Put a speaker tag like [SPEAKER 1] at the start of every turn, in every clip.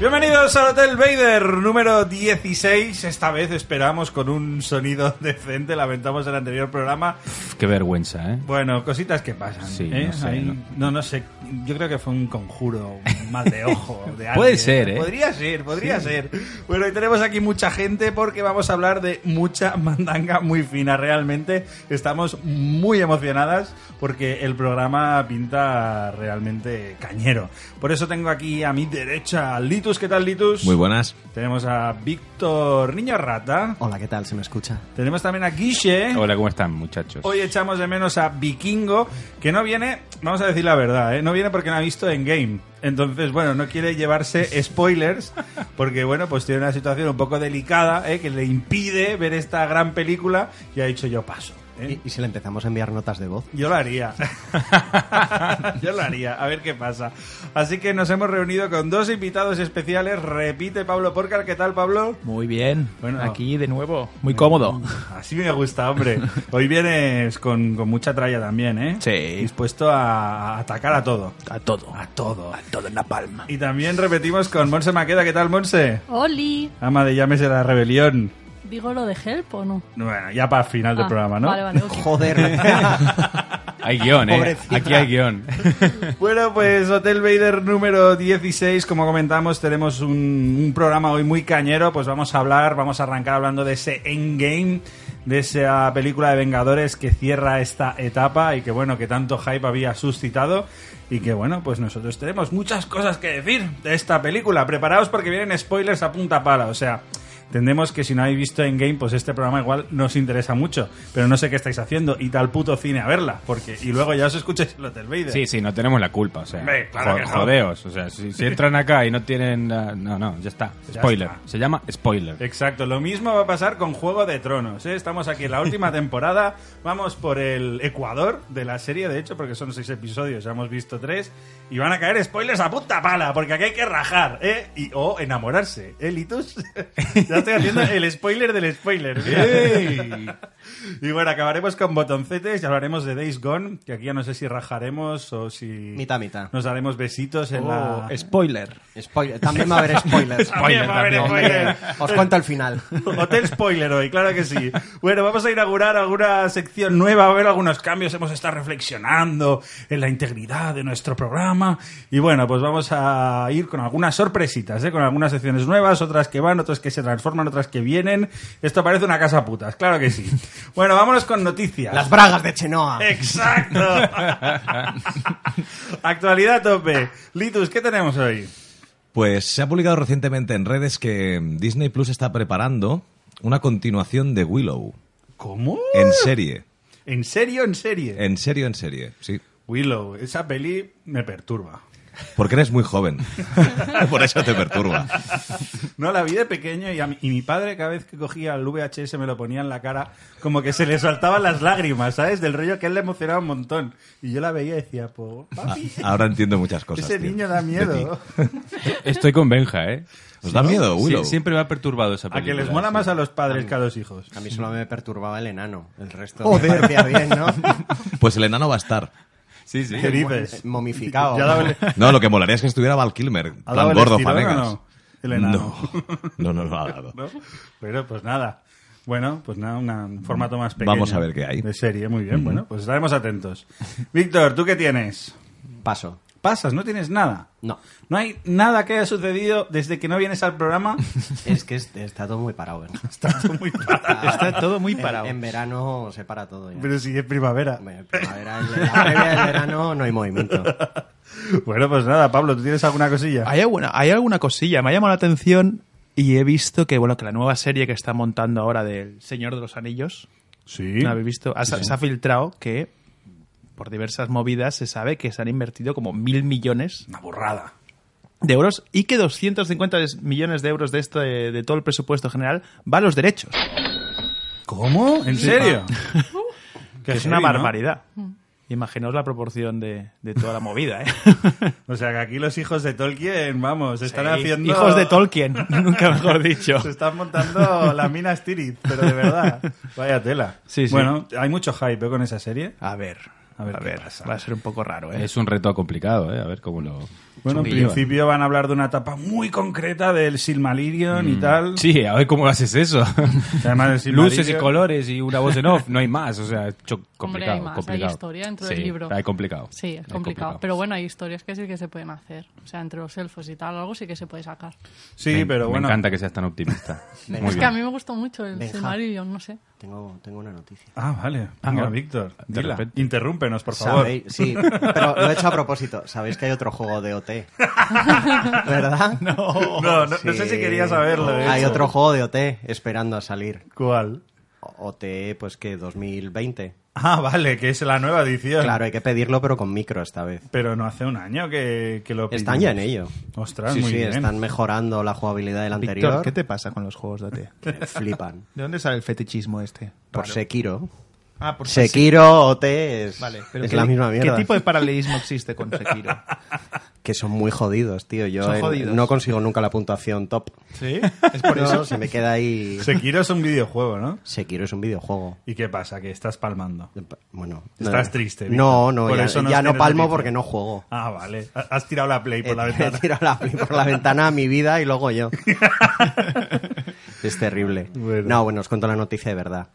[SPEAKER 1] Bienvenidos al Hotel Vader número 16. Esta vez esperamos con un sonido decente. Lamentamos el anterior programa.
[SPEAKER 2] Qué vergüenza, ¿eh?
[SPEAKER 1] Bueno, cositas que pasan.
[SPEAKER 2] Sí,
[SPEAKER 1] ¿eh?
[SPEAKER 2] no sé,
[SPEAKER 1] Ahí-
[SPEAKER 2] no.
[SPEAKER 1] no, no sé. Yo creo que fue un conjuro mal de ojo. de
[SPEAKER 2] Puede
[SPEAKER 1] alguien.
[SPEAKER 2] ser, ¿eh?
[SPEAKER 1] Podría ser, podría ser. Bueno, y tenemos aquí mucha gente porque vamos a hablar de mucha mandanga muy fina. Realmente estamos muy emocionadas porque el programa pinta realmente cañero. Por eso tengo aquí a mi derecha a Litus. ¿Qué tal, Litus?
[SPEAKER 3] Muy buenas.
[SPEAKER 1] Tenemos a Víctor Niño Rata.
[SPEAKER 4] Hola, ¿qué tal? ¿Se me escucha?
[SPEAKER 1] Tenemos también a Guiche.
[SPEAKER 2] Hola, ¿cómo están, muchachos?
[SPEAKER 1] Hoy echamos de menos a Vikingo, que no viene, vamos a decir la verdad, ¿eh? no viene porque no ha visto en game. Entonces, bueno, no quiere llevarse spoilers, porque bueno, pues tiene una situación un poco delicada, ¿eh? que le impide ver esta gran película y ha dicho yo paso. ¿eh?
[SPEAKER 4] ¿Y, y si le empezamos a enviar notas de voz?
[SPEAKER 1] Yo lo haría. Yo lo haría, a ver qué pasa. Así que nos hemos reunido con dos invitados especiales. Repite Pablo Porcar, ¿qué tal Pablo?
[SPEAKER 5] Muy bien,
[SPEAKER 1] Bueno. Mm,
[SPEAKER 5] aquí de nuevo, muy cómodo.
[SPEAKER 1] Así me gusta, hombre. Hoy vienes con, con mucha tralla también, ¿eh?
[SPEAKER 5] Sí.
[SPEAKER 1] Dispuesto a atacar a todo.
[SPEAKER 5] A todo. A todo. A todo en la palma.
[SPEAKER 1] Y también repetimos con Monse Maqueda. ¿Qué tal, Monse?
[SPEAKER 6] Oli,
[SPEAKER 1] Ama de Llames de la Rebelión.
[SPEAKER 6] ¿digo lo de help o no?
[SPEAKER 1] Bueno, ya para final del
[SPEAKER 6] Ah,
[SPEAKER 1] programa, ¿no?
[SPEAKER 6] Vale, vale, ok.
[SPEAKER 4] Joder.
[SPEAKER 2] Hay guión, ¿eh?
[SPEAKER 4] Pobrecita.
[SPEAKER 2] Aquí hay guión.
[SPEAKER 1] Bueno, pues Hotel Vader número 16, como comentamos, tenemos un, un programa hoy muy cañero, pues vamos a hablar, vamos a arrancar hablando de ese Endgame, de esa película de Vengadores que cierra esta etapa y que bueno, que tanto hype había suscitado y que bueno, pues nosotros tenemos muchas cosas que decir de esta película. Preparaos porque vienen spoilers a punta pala, o sea... Entendemos que si no habéis visto Endgame, pues este programa igual nos interesa mucho. Pero no sé qué estáis haciendo. Y tal puto cine a verla. porque Y luego ya os escucháis el Hotel Vader.
[SPEAKER 2] Sí, sí, no tenemos la culpa, o sea.
[SPEAKER 1] Hombre, claro
[SPEAKER 2] jo-
[SPEAKER 1] que no.
[SPEAKER 2] Jodeos, o sea, si, si entran acá y no tienen... la- No, no, ya está.
[SPEAKER 1] Ya
[SPEAKER 2] Spoiler.
[SPEAKER 1] está.
[SPEAKER 2] Se llama spoiler.
[SPEAKER 1] Exacto, lo mismo va a pasar con Juego de Tronos. ¿eh? Estamos aquí en la última temporada, vamos por el Ecuador de la serie, de hecho, porque son seis episodios, ya hemos visto tres, y van a caer spoilers a puta pala, porque aquí hay que rajar, ¿eh? Y, o enamorarse, ¿eh, Litus? ya estoy haciendo el spoiler del spoiler. mira. y bueno, acabaremos con botoncetes y hablaremos de Days Gone, que aquí ya no sé si rajaremos o si...
[SPEAKER 4] Mitad, mitad.
[SPEAKER 1] Nos daremos besitos en la...
[SPEAKER 5] Oh, Spoiler.
[SPEAKER 4] Spoiler. También va a haber spoilers.
[SPEAKER 1] También va a haber
[SPEAKER 4] Hombre,
[SPEAKER 1] spoilers.
[SPEAKER 4] Os cuento al final.
[SPEAKER 1] Hotel spoiler hoy, claro que sí. Bueno, vamos a inaugurar alguna sección nueva, va a haber algunos cambios, hemos estado reflexionando en la integridad de nuestro programa y bueno, pues vamos a ir con algunas sorpresitas, ¿eh? con algunas secciones nuevas, otras que van, otras que se transforman, otras que vienen. Esto parece una casa putas, claro que sí. Bueno, vámonos con noticias.
[SPEAKER 4] Las bragas de Chenoa.
[SPEAKER 1] Eh, Exacto. Actualidad a tope. Litus, ¿qué tenemos hoy?
[SPEAKER 3] Pues se ha publicado recientemente en redes que Disney Plus está preparando una continuación de Willow.
[SPEAKER 1] ¿Cómo?
[SPEAKER 3] En serie.
[SPEAKER 1] ¿En serio? ¿En serie?
[SPEAKER 3] En serio, en serie, sí.
[SPEAKER 1] Willow, esa peli me perturba.
[SPEAKER 3] Porque eres muy joven. Por eso te perturba.
[SPEAKER 1] No, la vi de pequeño y, a mi, y mi padre cada vez que cogía el VHS me lo ponía en la cara como que se le saltaban las lágrimas, ¿sabes? Del rollo que él le emocionaba un montón. Y yo la veía y decía, po,
[SPEAKER 3] Ah,
[SPEAKER 1] papi,
[SPEAKER 3] Ahora entiendo muchas cosas.
[SPEAKER 1] ese
[SPEAKER 3] tío,
[SPEAKER 1] niño da
[SPEAKER 3] de
[SPEAKER 1] miedo.
[SPEAKER 3] ti.
[SPEAKER 2] Estoy con Benja, ¿eh?
[SPEAKER 3] ¿Os da miedo,
[SPEAKER 2] Sí,
[SPEAKER 3] Willow?
[SPEAKER 2] siempre me ha perturbado esa
[SPEAKER 1] A
[SPEAKER 2] película.
[SPEAKER 1] que les mola
[SPEAKER 2] sí.
[SPEAKER 1] más a los padres que a los hijos.
[SPEAKER 4] A mí solo me perturbaba el enano. El resto me parecía bien, ¿no?
[SPEAKER 3] Pues el enano va a estar.
[SPEAKER 2] Sí, sí.
[SPEAKER 1] ¿Qué dices?
[SPEAKER 4] Momificado.
[SPEAKER 1] Ya daba el-
[SPEAKER 3] No, lo que molaría es que estuviera Val Kilmer.
[SPEAKER 1] ha
[SPEAKER 3] eh, Plan
[SPEAKER 1] dado el
[SPEAKER 3] gordo,
[SPEAKER 1] estirón, ¿o
[SPEAKER 3] fanegas.
[SPEAKER 1] no? el enano.
[SPEAKER 3] No, no, no lo ha dado.
[SPEAKER 1] ¿no? Pero pues nada. Bueno, pues nada, una- un formato más pequeño.
[SPEAKER 3] Vamos a ver qué hay.
[SPEAKER 1] De serie, muy bien. Bueno, pues estaremos atentos. Víctor, ¿tú qué tienes?
[SPEAKER 4] Paso.
[SPEAKER 1] Pasas, no tienes nada.
[SPEAKER 4] No.
[SPEAKER 1] No hay nada que haya sucedido desde que no vienes al programa.
[SPEAKER 4] Es que es- está todo muy parado. ¿eh?
[SPEAKER 1] Está todo muy parado.
[SPEAKER 5] Está todo muy
[SPEAKER 4] En-
[SPEAKER 5] parado.
[SPEAKER 4] En, verano se para todo ya.
[SPEAKER 1] Pero si es primavera.
[SPEAKER 4] Hombre, en primavera, en la previa del verano no hay movimiento.
[SPEAKER 1] Bueno, pues nada, Pablo, ¿tú tienes alguna cosilla?
[SPEAKER 5] Hay alguna, hay alguna cosilla, me ha llamado la atención y he visto que, bueno, que la nueva serie que está montando ahora del Señor de los Anillos,
[SPEAKER 1] Sí.
[SPEAKER 5] ¿no habéis visto? Ha- Se ha filtrado que por diversas movidas se sabe que se han invertido como mil millones
[SPEAKER 1] Una burrada.
[SPEAKER 5] de euros y que 250 des- millones de euros de, este, de todo el presupuesto general va a los derechos.
[SPEAKER 1] ¿Cómo? ¿En serio? Qué
[SPEAKER 5] Que es una
[SPEAKER 1] heavy, ¿no?
[SPEAKER 5] barbaridad. Imaginaos la proporción de, de toda la movida, ¿eh?
[SPEAKER 1] O sea, que aquí los hijos de Tolkien, vamos, se están
[SPEAKER 5] Sí,
[SPEAKER 1] haciendo...
[SPEAKER 5] Hijos de Tolkien, nunca mejor dicho.
[SPEAKER 1] Se están montando la mina Tirith, pero de verdad. Vaya tela.
[SPEAKER 5] Sí, sí.
[SPEAKER 1] Bueno, hay mucho hype ¿eh, con esa serie.
[SPEAKER 5] A ver,
[SPEAKER 1] A
[SPEAKER 5] a
[SPEAKER 1] ver
[SPEAKER 5] ver,
[SPEAKER 1] qué pasa.
[SPEAKER 5] va a ser un poco raro, ¿eh?
[SPEAKER 2] Es un reto complicado, ¿eh? A ver cómo lo.
[SPEAKER 1] Bueno, en
[SPEAKER 2] Chunguillo,
[SPEAKER 1] principio van a hablar de una etapa muy concreta del Silmarillion y
[SPEAKER 2] ¿eh?
[SPEAKER 1] tal.
[SPEAKER 2] Sí, a ver cómo haces eso.
[SPEAKER 1] Además, el Silmarillion-
[SPEAKER 2] Luces y colores y una voz en off, no hay más. O sea, cho- complicado.
[SPEAKER 6] Hombre, hay más,
[SPEAKER 2] complicado.
[SPEAKER 6] hay historia dentro
[SPEAKER 2] Sí,
[SPEAKER 6] del libro.
[SPEAKER 2] Hay complicado.
[SPEAKER 6] Sí,
[SPEAKER 2] Hay
[SPEAKER 6] es complicado. Pero bueno, hay historias que sí que se pueden hacer. O sea, entre los elfos y tal, algo sí que se puede sacar.
[SPEAKER 1] Sí,
[SPEAKER 2] Me-
[SPEAKER 1] pero bueno.
[SPEAKER 2] Me encanta que seas tan optimista. Muy
[SPEAKER 4] Venga.
[SPEAKER 6] es que
[SPEAKER 2] bien.
[SPEAKER 6] a mí me gustó mucho el
[SPEAKER 4] Benja.
[SPEAKER 6] Silmarillion, no sé.
[SPEAKER 4] Tengo, tengo una noticia.
[SPEAKER 1] Ah, vale. Venga,
[SPEAKER 2] Ah,
[SPEAKER 1] Víctor,
[SPEAKER 2] de
[SPEAKER 1] dila.
[SPEAKER 2] repente.
[SPEAKER 1] Interrúmpenos, por favor.
[SPEAKER 4] Sabéis- Sí, pero lo he hecho a propósito. Sabéis que hay otro juego de OT. ¿Verdad?
[SPEAKER 1] No, no, no sé si quería saberlo. ¿eh? de
[SPEAKER 4] Hay
[SPEAKER 1] hecho.
[SPEAKER 4] otro juego de OT esperando a salir.
[SPEAKER 1] ¿Cuál?
[SPEAKER 4] O- OT, pues que 2020.
[SPEAKER 1] Ah, vale, que es la nueva edición.
[SPEAKER 4] Claro, hay que pedirlo, pero con micro esta vez.
[SPEAKER 1] Pero no hace un año que, que lo
[SPEAKER 4] Están
[SPEAKER 1] pillamos.
[SPEAKER 4] ya en ello.
[SPEAKER 1] Ostras,
[SPEAKER 4] sí,
[SPEAKER 1] muy
[SPEAKER 4] sí,
[SPEAKER 1] bien.
[SPEAKER 4] están mejorando la jugabilidad del
[SPEAKER 5] Víctor,
[SPEAKER 4] anterior.
[SPEAKER 5] ¿qué te pasa con los juegos de OT?
[SPEAKER 4] Que Flipan.
[SPEAKER 5] ¿De dónde sale el fetichismo este?
[SPEAKER 4] Por
[SPEAKER 5] Raro.
[SPEAKER 4] Sekiro.
[SPEAKER 5] Ah, por
[SPEAKER 4] Sekiro, OT es,
[SPEAKER 5] Vale, pero
[SPEAKER 4] es
[SPEAKER 5] ¿qué-
[SPEAKER 4] la misma mierda.
[SPEAKER 5] ¿Qué tipo de paralelismo existe con Sekiro?
[SPEAKER 4] Que son muy jodidos, tío. Yo
[SPEAKER 5] Son
[SPEAKER 4] en-
[SPEAKER 5] jodidos.
[SPEAKER 4] no consigo nunca la puntuación top.
[SPEAKER 5] ¿Sí? Es por
[SPEAKER 4] No,
[SPEAKER 5] eso.
[SPEAKER 4] se me queda ahí.
[SPEAKER 1] Sekiro es un videojuego, ¿no?
[SPEAKER 4] Sekiro es un videojuego.
[SPEAKER 1] ¿Y qué pasa? Que estás palmando.
[SPEAKER 4] Bueno,
[SPEAKER 1] Estás
[SPEAKER 4] no,
[SPEAKER 1] triste.
[SPEAKER 4] No,
[SPEAKER 1] Víctor.
[SPEAKER 4] no,
[SPEAKER 1] Por
[SPEAKER 4] ya,
[SPEAKER 1] eso
[SPEAKER 4] ya no
[SPEAKER 1] tienes
[SPEAKER 4] palmo
[SPEAKER 1] noticia.
[SPEAKER 4] porque no juego. Eh,
[SPEAKER 1] Ah, vale. Ha- Has tirado la play por la
[SPEAKER 4] He-
[SPEAKER 1] ventana.
[SPEAKER 4] He tirado la play por la ventana a mi vida y luego yo. es terrible.
[SPEAKER 1] Bueno.
[SPEAKER 4] No, bueno, os cuento la noticia de verdad.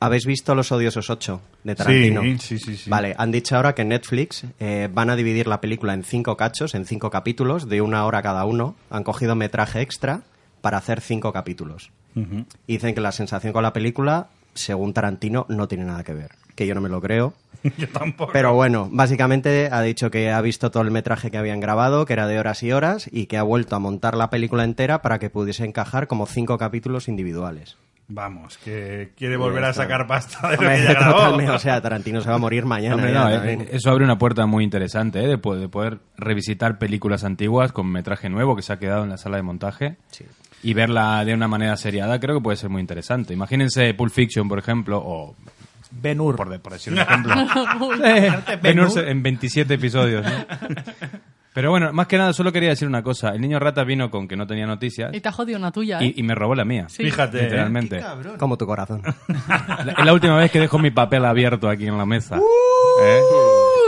[SPEAKER 4] ¿Habéis visto Los Odiosos 8 de Tarantino?
[SPEAKER 1] Sí, sí, sí, sí.
[SPEAKER 4] Vale, han dicho ahora que en Netflix eh, van a dividir la película en cinco cachos, en cinco capítulos, de una hora cada uno. Han cogido metraje extra para hacer cinco capítulos. Y dicen que la sensación con la película, según Tarantino, no tiene nada que ver. Que yo no me lo creo.
[SPEAKER 1] Yo tampoco.
[SPEAKER 4] Pero bueno, básicamente ha dicho que ha visto todo el metraje que habían grabado, que era de horas y horas, y que ha vuelto a montar la película entera para que pudiese encajar como cinco capítulos individuales.
[SPEAKER 1] Vamos, que quiere volver
[SPEAKER 4] Ya
[SPEAKER 1] a
[SPEAKER 4] está.
[SPEAKER 1] sacar pasta de lo que
[SPEAKER 4] Hombre,
[SPEAKER 1] ya
[SPEAKER 4] totalmente,
[SPEAKER 1] grabó.
[SPEAKER 4] o sea, Tarantino se va a morir mañana.
[SPEAKER 2] Hombre,
[SPEAKER 4] ya
[SPEAKER 2] no, eh,
[SPEAKER 4] también.
[SPEAKER 2] eso abre una puerta muy interesante, ¿eh? de, po- de poder revisitar películas antiguas con metraje nuevo que se ha quedado en la sala de montaje
[SPEAKER 4] Sí.
[SPEAKER 2] y verla de una manera seriada, creo que puede ser muy interesante. Imagínense Pulp Fiction, por ejemplo, o
[SPEAKER 5] Ben Hur. Por, decir
[SPEAKER 2] por ejemplo, Ben Hur en 27 episodios. ¿no? Pero bueno, más que nada, solo quería decir una cosa. El niño rata vino con que no tenía noticias
[SPEAKER 6] Y te ha jodido una tuya, ¿eh?
[SPEAKER 2] y, y me robó la mía.
[SPEAKER 6] Sí.
[SPEAKER 1] Fíjate, ¿eh?
[SPEAKER 2] Literalmente.
[SPEAKER 4] Como tu corazón.
[SPEAKER 2] La- Es la última vez que dejo mi papel abierto aquí en la mesa. ¿Eh?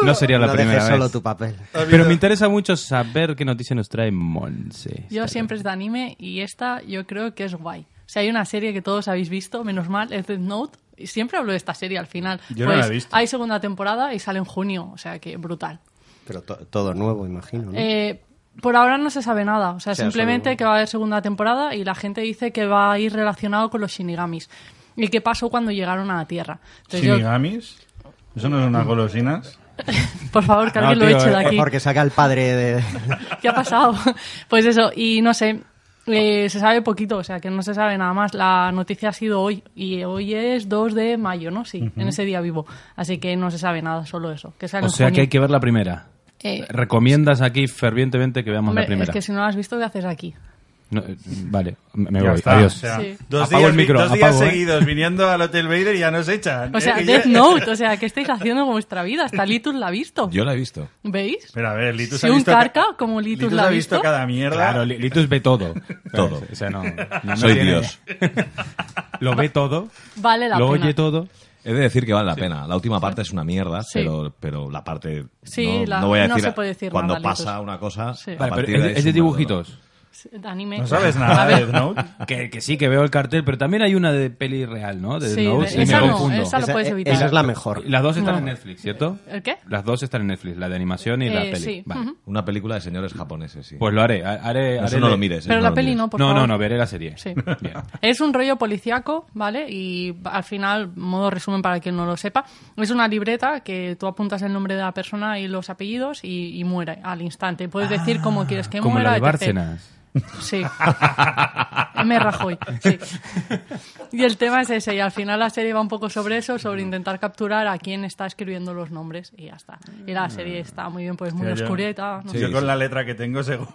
[SPEAKER 2] No sería la
[SPEAKER 4] no
[SPEAKER 2] primera
[SPEAKER 4] dejes
[SPEAKER 2] vez.
[SPEAKER 4] solo tu papel.
[SPEAKER 2] Pero me interesa mucho saber qué noticia nos trae Monse.
[SPEAKER 6] Yo siempre es de anime y esta yo creo que es guay. O sea, hay una serie que todos habéis visto, menos mal, es Death Note. Y siempre hablo de esta serie al final.
[SPEAKER 1] Yo no la he
[SPEAKER 6] Pues,
[SPEAKER 1] visto.
[SPEAKER 6] Hay segunda temporada y sale en junio, o sea que brutal.
[SPEAKER 4] Pero to- todo nuevo, imagino. ¿no?
[SPEAKER 6] Eh, por ahora no se sabe nada, o sea,
[SPEAKER 4] O sea,
[SPEAKER 6] simplemente
[SPEAKER 4] solo-
[SPEAKER 6] que va a haber segunda temporada y la gente dice que va a ir relacionado con los shinigamis. ¿Y qué pasó cuando llegaron a la Tierra? Entonces yo-
[SPEAKER 1] ¿Shinigamis? ¿Eso no son unas golosinas?
[SPEAKER 6] por favor, que
[SPEAKER 2] No,
[SPEAKER 6] alguien lo
[SPEAKER 2] tío, eh,
[SPEAKER 6] eche de
[SPEAKER 4] Es
[SPEAKER 6] aquí.
[SPEAKER 4] porque saca el padre de...
[SPEAKER 6] ¿Qué ha pasado? Pues eso, y no sé, eh, se sabe poquito, o sea, que no se sabe nada más. La noticia ha sido hoy, y hoy es 2 de mayo, ¿no? Sí, en ese día vivo. Así que no se sabe nada, solo eso. Que sale
[SPEAKER 2] O
[SPEAKER 6] en
[SPEAKER 2] sea que
[SPEAKER 6] junio.
[SPEAKER 2] hay que ver la primera.
[SPEAKER 6] Eh,
[SPEAKER 2] Recomiendas aquí fervientemente que veamos
[SPEAKER 6] hombre,
[SPEAKER 2] la primera.
[SPEAKER 6] es que si no lo has visto, ¿qué haces aquí?
[SPEAKER 2] No, eh, vale, me me
[SPEAKER 1] Ya
[SPEAKER 2] voy.
[SPEAKER 1] está,
[SPEAKER 2] Adiós.
[SPEAKER 1] o sea,
[SPEAKER 6] Sí.
[SPEAKER 1] dos
[SPEAKER 2] Apago
[SPEAKER 1] días,
[SPEAKER 2] el micro,
[SPEAKER 1] dos días
[SPEAKER 2] apago, ¿eh?
[SPEAKER 1] seguidos viniendo al Hotel Vader y ya nos echan.
[SPEAKER 6] O
[SPEAKER 1] ¿eh?
[SPEAKER 6] sea,
[SPEAKER 1] Que ya-
[SPEAKER 6] Death Note, o sea, ¿qué estáis haciendo con vuestra vida? Hasta Litus la ha visto.
[SPEAKER 3] Yo la he visto.
[SPEAKER 6] ¿Veis?
[SPEAKER 1] Pero a ver, Litus
[SPEAKER 6] Si
[SPEAKER 1] ha
[SPEAKER 6] un
[SPEAKER 1] visto...
[SPEAKER 6] carca como Litus la
[SPEAKER 1] ha
[SPEAKER 6] ha
[SPEAKER 1] visto,
[SPEAKER 6] visto.
[SPEAKER 1] cada mierda.
[SPEAKER 2] Claro, Li- Litus ve todo.
[SPEAKER 3] Todo.
[SPEAKER 2] O sea, no, no- no
[SPEAKER 3] Soy
[SPEAKER 2] tiene-
[SPEAKER 3] Dios.
[SPEAKER 2] Lo ve todo,
[SPEAKER 6] Vale la
[SPEAKER 2] lo
[SPEAKER 6] pena.
[SPEAKER 2] oye todo.
[SPEAKER 3] He de decir que vale la pena. La última parte es una mierda,
[SPEAKER 6] Sí.
[SPEAKER 3] pero, pero la parte.
[SPEAKER 6] Sí,
[SPEAKER 3] no,
[SPEAKER 6] la-
[SPEAKER 3] no voy a
[SPEAKER 6] no
[SPEAKER 3] decir.
[SPEAKER 6] se puede decir
[SPEAKER 3] cuando
[SPEAKER 6] nada,
[SPEAKER 3] pasa
[SPEAKER 6] Litos.
[SPEAKER 3] una cosa.
[SPEAKER 6] Sí.
[SPEAKER 3] a
[SPEAKER 2] Vale, pero
[SPEAKER 3] partir
[SPEAKER 2] es,
[SPEAKER 3] de
[SPEAKER 2] de-
[SPEAKER 3] ahí
[SPEAKER 2] es de
[SPEAKER 3] un verdadero-
[SPEAKER 2] dibujitos.
[SPEAKER 6] anime.
[SPEAKER 1] No sabes nada
[SPEAKER 6] A
[SPEAKER 1] de
[SPEAKER 6] ver,
[SPEAKER 1] Death Note.
[SPEAKER 2] Que, que sí, que veo el cartel, pero también hay una de peli real, ¿no? De
[SPEAKER 6] Sí,
[SPEAKER 2] Note,
[SPEAKER 6] de-
[SPEAKER 2] si me
[SPEAKER 6] esa no,
[SPEAKER 2] confundo.
[SPEAKER 6] esa lo puedes
[SPEAKER 4] eh,
[SPEAKER 6] evitar.
[SPEAKER 4] esa es la mejor.
[SPEAKER 2] Las dos están
[SPEAKER 6] No.
[SPEAKER 2] en Netflix, ¿cierto?
[SPEAKER 6] ¿El qué?
[SPEAKER 2] Las dos están en Netflix, la de animación y la
[SPEAKER 6] Eh,
[SPEAKER 2] peli.
[SPEAKER 6] sí.
[SPEAKER 2] Vale.
[SPEAKER 6] Ujú.
[SPEAKER 3] Una película de señores japoneses, sí.
[SPEAKER 2] Pues lo haré. ha- haré,
[SPEAKER 3] Eso
[SPEAKER 2] haré
[SPEAKER 3] no
[SPEAKER 2] de-
[SPEAKER 3] lo mires.
[SPEAKER 6] Pero
[SPEAKER 3] eso
[SPEAKER 6] la
[SPEAKER 3] lo
[SPEAKER 6] peli
[SPEAKER 3] mires.
[SPEAKER 6] no, por
[SPEAKER 2] No,
[SPEAKER 6] favor.
[SPEAKER 2] no, no, veré la serie.
[SPEAKER 6] Sí.
[SPEAKER 2] Bien.
[SPEAKER 6] Es un rollo policíaco, ¿vale? Y al final, modo resumen para quien no lo sepa, es una libreta que tú apuntas el nombre de la persona y los apellidos y, y muere al instante. Puedes decir cómo quieres que
[SPEAKER 2] Ah, Como
[SPEAKER 6] muera.
[SPEAKER 2] la de
[SPEAKER 6] etc.
[SPEAKER 2] Bárcenas.
[SPEAKER 6] Sí. Me Rajoy. Sí. Y el tema es ese. Y al final la serie va un poco sobre eso,
[SPEAKER 4] Mm.
[SPEAKER 6] sobre intentar capturar a quién está escribiendo los nombres. Y ya está. Y
[SPEAKER 4] Mm.
[SPEAKER 6] la serie está muy bien, pues muy
[SPEAKER 1] Yo-
[SPEAKER 6] oscureta. no
[SPEAKER 1] yo
[SPEAKER 6] sé.
[SPEAKER 1] con la letra que tengo seguro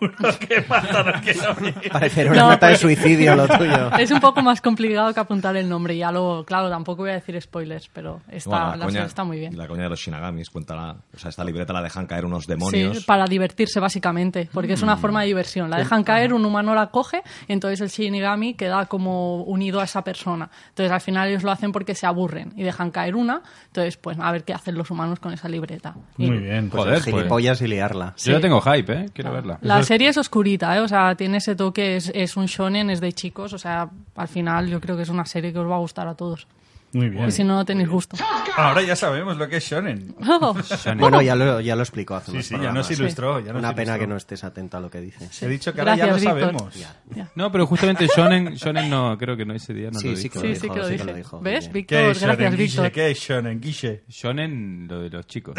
[SPEAKER 1] que pasa lo que no vi.
[SPEAKER 4] Parecer una
[SPEAKER 6] No, pues-
[SPEAKER 4] nota de
[SPEAKER 6] porque-
[SPEAKER 4] suicidio lo tuyo.
[SPEAKER 6] Es un poco más complicado que apuntar el nombre. Ya lo, claro, tampoco voy a decir spoilers, pero está,
[SPEAKER 3] Bueno,
[SPEAKER 6] la serie está muy bien.
[SPEAKER 3] La coña de los Shinagamis, cuéntala. O sea, esta libreta la dejan caer unos
[SPEAKER 6] Sí,
[SPEAKER 3] demonios.
[SPEAKER 6] para divertirse básicamente, porque es una forma de diversión. La dejan caer, un humano la coge, y entonces el Shinigami queda como unido a esa persona. Entonces al final ellos lo hacen porque se aburren y dejan caer una, entonces pues a ver qué hacen los humanos con esa libreta. Y
[SPEAKER 1] Muy bien.
[SPEAKER 4] Pues
[SPEAKER 2] Joder,
[SPEAKER 4] el gilipollas y liarla.
[SPEAKER 2] Yo ya tengo hype, ¿eh?
[SPEAKER 6] Ah.
[SPEAKER 2] Quiero verla.
[SPEAKER 6] La serie es oscurita, ¿eh? o sea, tiene ese toque, es, es un shonen, es de chicos, o sea, al final yo creo que es una serie que os va a gustar a todos.
[SPEAKER 1] Muy bien.
[SPEAKER 6] Y si no, no tenéis gusto.
[SPEAKER 1] Ahora ya sabemos lo que es Shonen.
[SPEAKER 2] Shonen.
[SPEAKER 4] Bueno, ya lo, ya lo explicó
[SPEAKER 1] Sí,
[SPEAKER 4] hace unos
[SPEAKER 1] sí, ya nos
[SPEAKER 4] programas.
[SPEAKER 1] ilustró. Ya nos
[SPEAKER 4] Una pena
[SPEAKER 1] ilustró.
[SPEAKER 4] que no estés atento a lo que dices.
[SPEAKER 1] He dicho que ahora ya lo
[SPEAKER 6] Gracias, Víctor.
[SPEAKER 1] sabemos.
[SPEAKER 6] Ya.
[SPEAKER 2] No, pero justamente Shonen, Shonen no, creo que no ese día no
[SPEAKER 4] Sí,
[SPEAKER 2] lo
[SPEAKER 4] sí
[SPEAKER 2] dijo.
[SPEAKER 4] que
[SPEAKER 6] Sí,
[SPEAKER 4] lo
[SPEAKER 6] sí
[SPEAKER 4] dijo,
[SPEAKER 6] que lo
[SPEAKER 4] sí que lo
[SPEAKER 6] dije.
[SPEAKER 4] dijo,
[SPEAKER 6] ¿Ves?
[SPEAKER 4] bien.
[SPEAKER 1] ¿Qué
[SPEAKER 6] Víctor,
[SPEAKER 1] es Shonen
[SPEAKER 6] gracias,
[SPEAKER 1] Guille?
[SPEAKER 6] Víctor.
[SPEAKER 1] ¿Qué es Shonen Guille?
[SPEAKER 2] Shonen, lo de los chicos.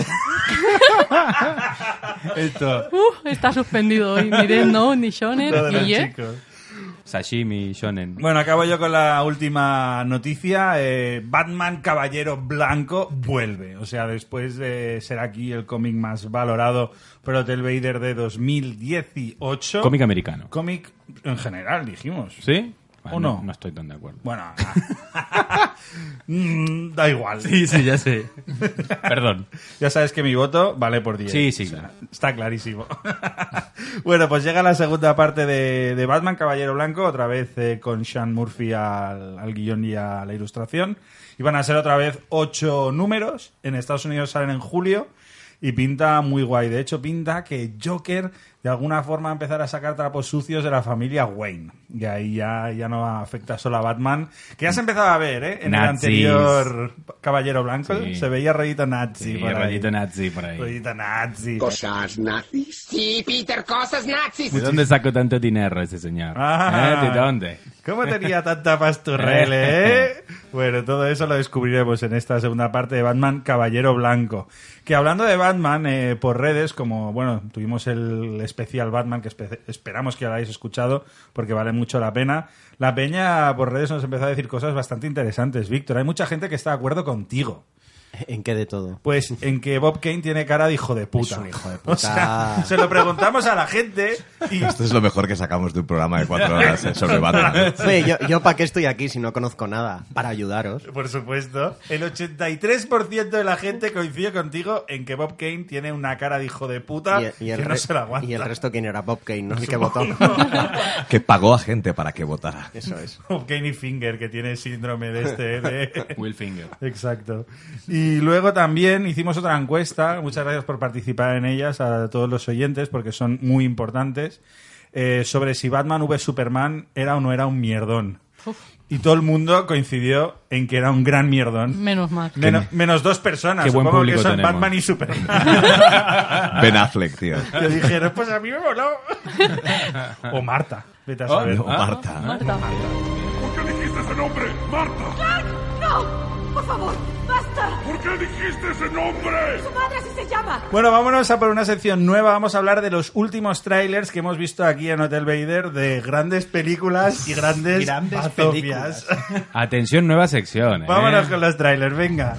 [SPEAKER 2] Esto,
[SPEAKER 6] Uh, está suspendido hoy. Ni Death Note, ni Shonen,
[SPEAKER 1] Lo de los
[SPEAKER 6] ni Ye.
[SPEAKER 1] chicos.
[SPEAKER 2] sashimi, Shonen.
[SPEAKER 1] Bueno, acabo yo con la última noticia. Eh, Batman Caballero Blanco vuelve. O sea, después de ser aquí el cómic más valorado por Hotel Vader de 2018.
[SPEAKER 2] Cómic americano.
[SPEAKER 1] Cómic en general, dijimos.
[SPEAKER 2] ¿Sí?
[SPEAKER 1] ¿O no?
[SPEAKER 2] No estoy tan de acuerdo.
[SPEAKER 1] Bueno, mm, da igual.
[SPEAKER 2] sí, ya sé. Perdón.
[SPEAKER 1] Ya sabes que mi voto vale por 10.
[SPEAKER 2] Sí, sí, claro.
[SPEAKER 1] Está clarísimo. bueno, pues llega la segunda parte de, de Batman, Caballero Blanco, otra vez eh, con Sean Murphy al, al guión y a la ilustración. Y van a ser otra vez ocho números. En Estados Unidos salen en julio. Y pinta muy guay. De hecho, pinta que Joker de alguna forma empezar a sacar trapos sucios de la familia Wayne. Y ahí ya, ya no afecta solo a Batman. Que ya se empezaba a ver, ¿eh? En
[SPEAKER 2] Nazis.
[SPEAKER 1] el anterior Caballero Blanco
[SPEAKER 2] Sí.
[SPEAKER 1] se veía rayito nazi.
[SPEAKER 2] Sí,
[SPEAKER 1] por ahí.
[SPEAKER 2] rayito nazi por ahí.
[SPEAKER 1] Rayito nazi.
[SPEAKER 7] Cosas nazis. Sí, Peter, cosas nazis.
[SPEAKER 2] ¿De dónde sacó tanto dinero ese señor?
[SPEAKER 1] Ah.
[SPEAKER 2] ¿Eh? ¿De dónde?
[SPEAKER 1] ¿Cómo tenía tanta pasturrel, eh? Bueno, todo eso lo descubriremos en esta segunda parte de Batman Caballero Blanco. Que hablando de Batman eh, por redes, como bueno, tuvimos el especial Batman que espe- esperamos que lo hayáis escuchado porque vale mucho la pena. La peña por redes nos empezó a decir cosas bastante interesantes, Víctor. Hay mucha gente que está de acuerdo contigo.
[SPEAKER 4] ¿En qué de todo?
[SPEAKER 1] Pues en que Bob Kane tiene cara de hijo de puta.
[SPEAKER 4] Es un hijo de puta.
[SPEAKER 1] O sea, se lo preguntamos a la gente y
[SPEAKER 3] Esto es lo mejor que sacamos de un programa de cuatro horas eh, sobre Batman.
[SPEAKER 4] Oye, yo, yo para qué estoy aquí si no conozco nada. Para ayudaros.
[SPEAKER 1] Por supuesto. El 83% de la gente coincide contigo en que Bob Kane tiene una cara de hijo de puta
[SPEAKER 4] Y, y
[SPEAKER 1] Ah,
[SPEAKER 4] el
[SPEAKER 1] que no
[SPEAKER 4] re-
[SPEAKER 1] se la aguanta.
[SPEAKER 4] y el resto, ¿quién era? Bob Kane, no sé qué votó.
[SPEAKER 3] Que pagó a gente para que votara.
[SPEAKER 4] Eso es.
[SPEAKER 1] Bob Kane y Finger, que tiene síndrome de este... de-
[SPEAKER 2] Will Finger.
[SPEAKER 1] Exacto. Y luego también hicimos otra encuesta. Muchas gracias por participar en ellas a todos los oyentes porque son muy importantes. eh, sobre si Batman v Superman era o no era un mierdón. Y todo el mundo coincidió en que era un gran mierdón.
[SPEAKER 6] Menos mal.
[SPEAKER 1] Menos, menos dos personas.
[SPEAKER 2] Qué buen
[SPEAKER 1] Supongo que
[SPEAKER 2] público
[SPEAKER 1] son
[SPEAKER 2] tenemos.
[SPEAKER 1] Batman y Superman.
[SPEAKER 3] Ben Affleck, tío.
[SPEAKER 1] Le dijeron, pues a mí me moló. Oh, ah. o Marta. Vete a
[SPEAKER 6] Ah.
[SPEAKER 1] saber.
[SPEAKER 3] O Marta.
[SPEAKER 6] Marta.
[SPEAKER 1] Bueno, vámonos a por una sección nueva. Vamos a hablar de los últimos trailers que hemos visto aquí en Hotel Vader de grandes películas y grandes,
[SPEAKER 4] Grandes
[SPEAKER 1] azofias.
[SPEAKER 2] Atención, nueva sección. ¿eh?
[SPEAKER 1] Vámonos con los trailers, venga.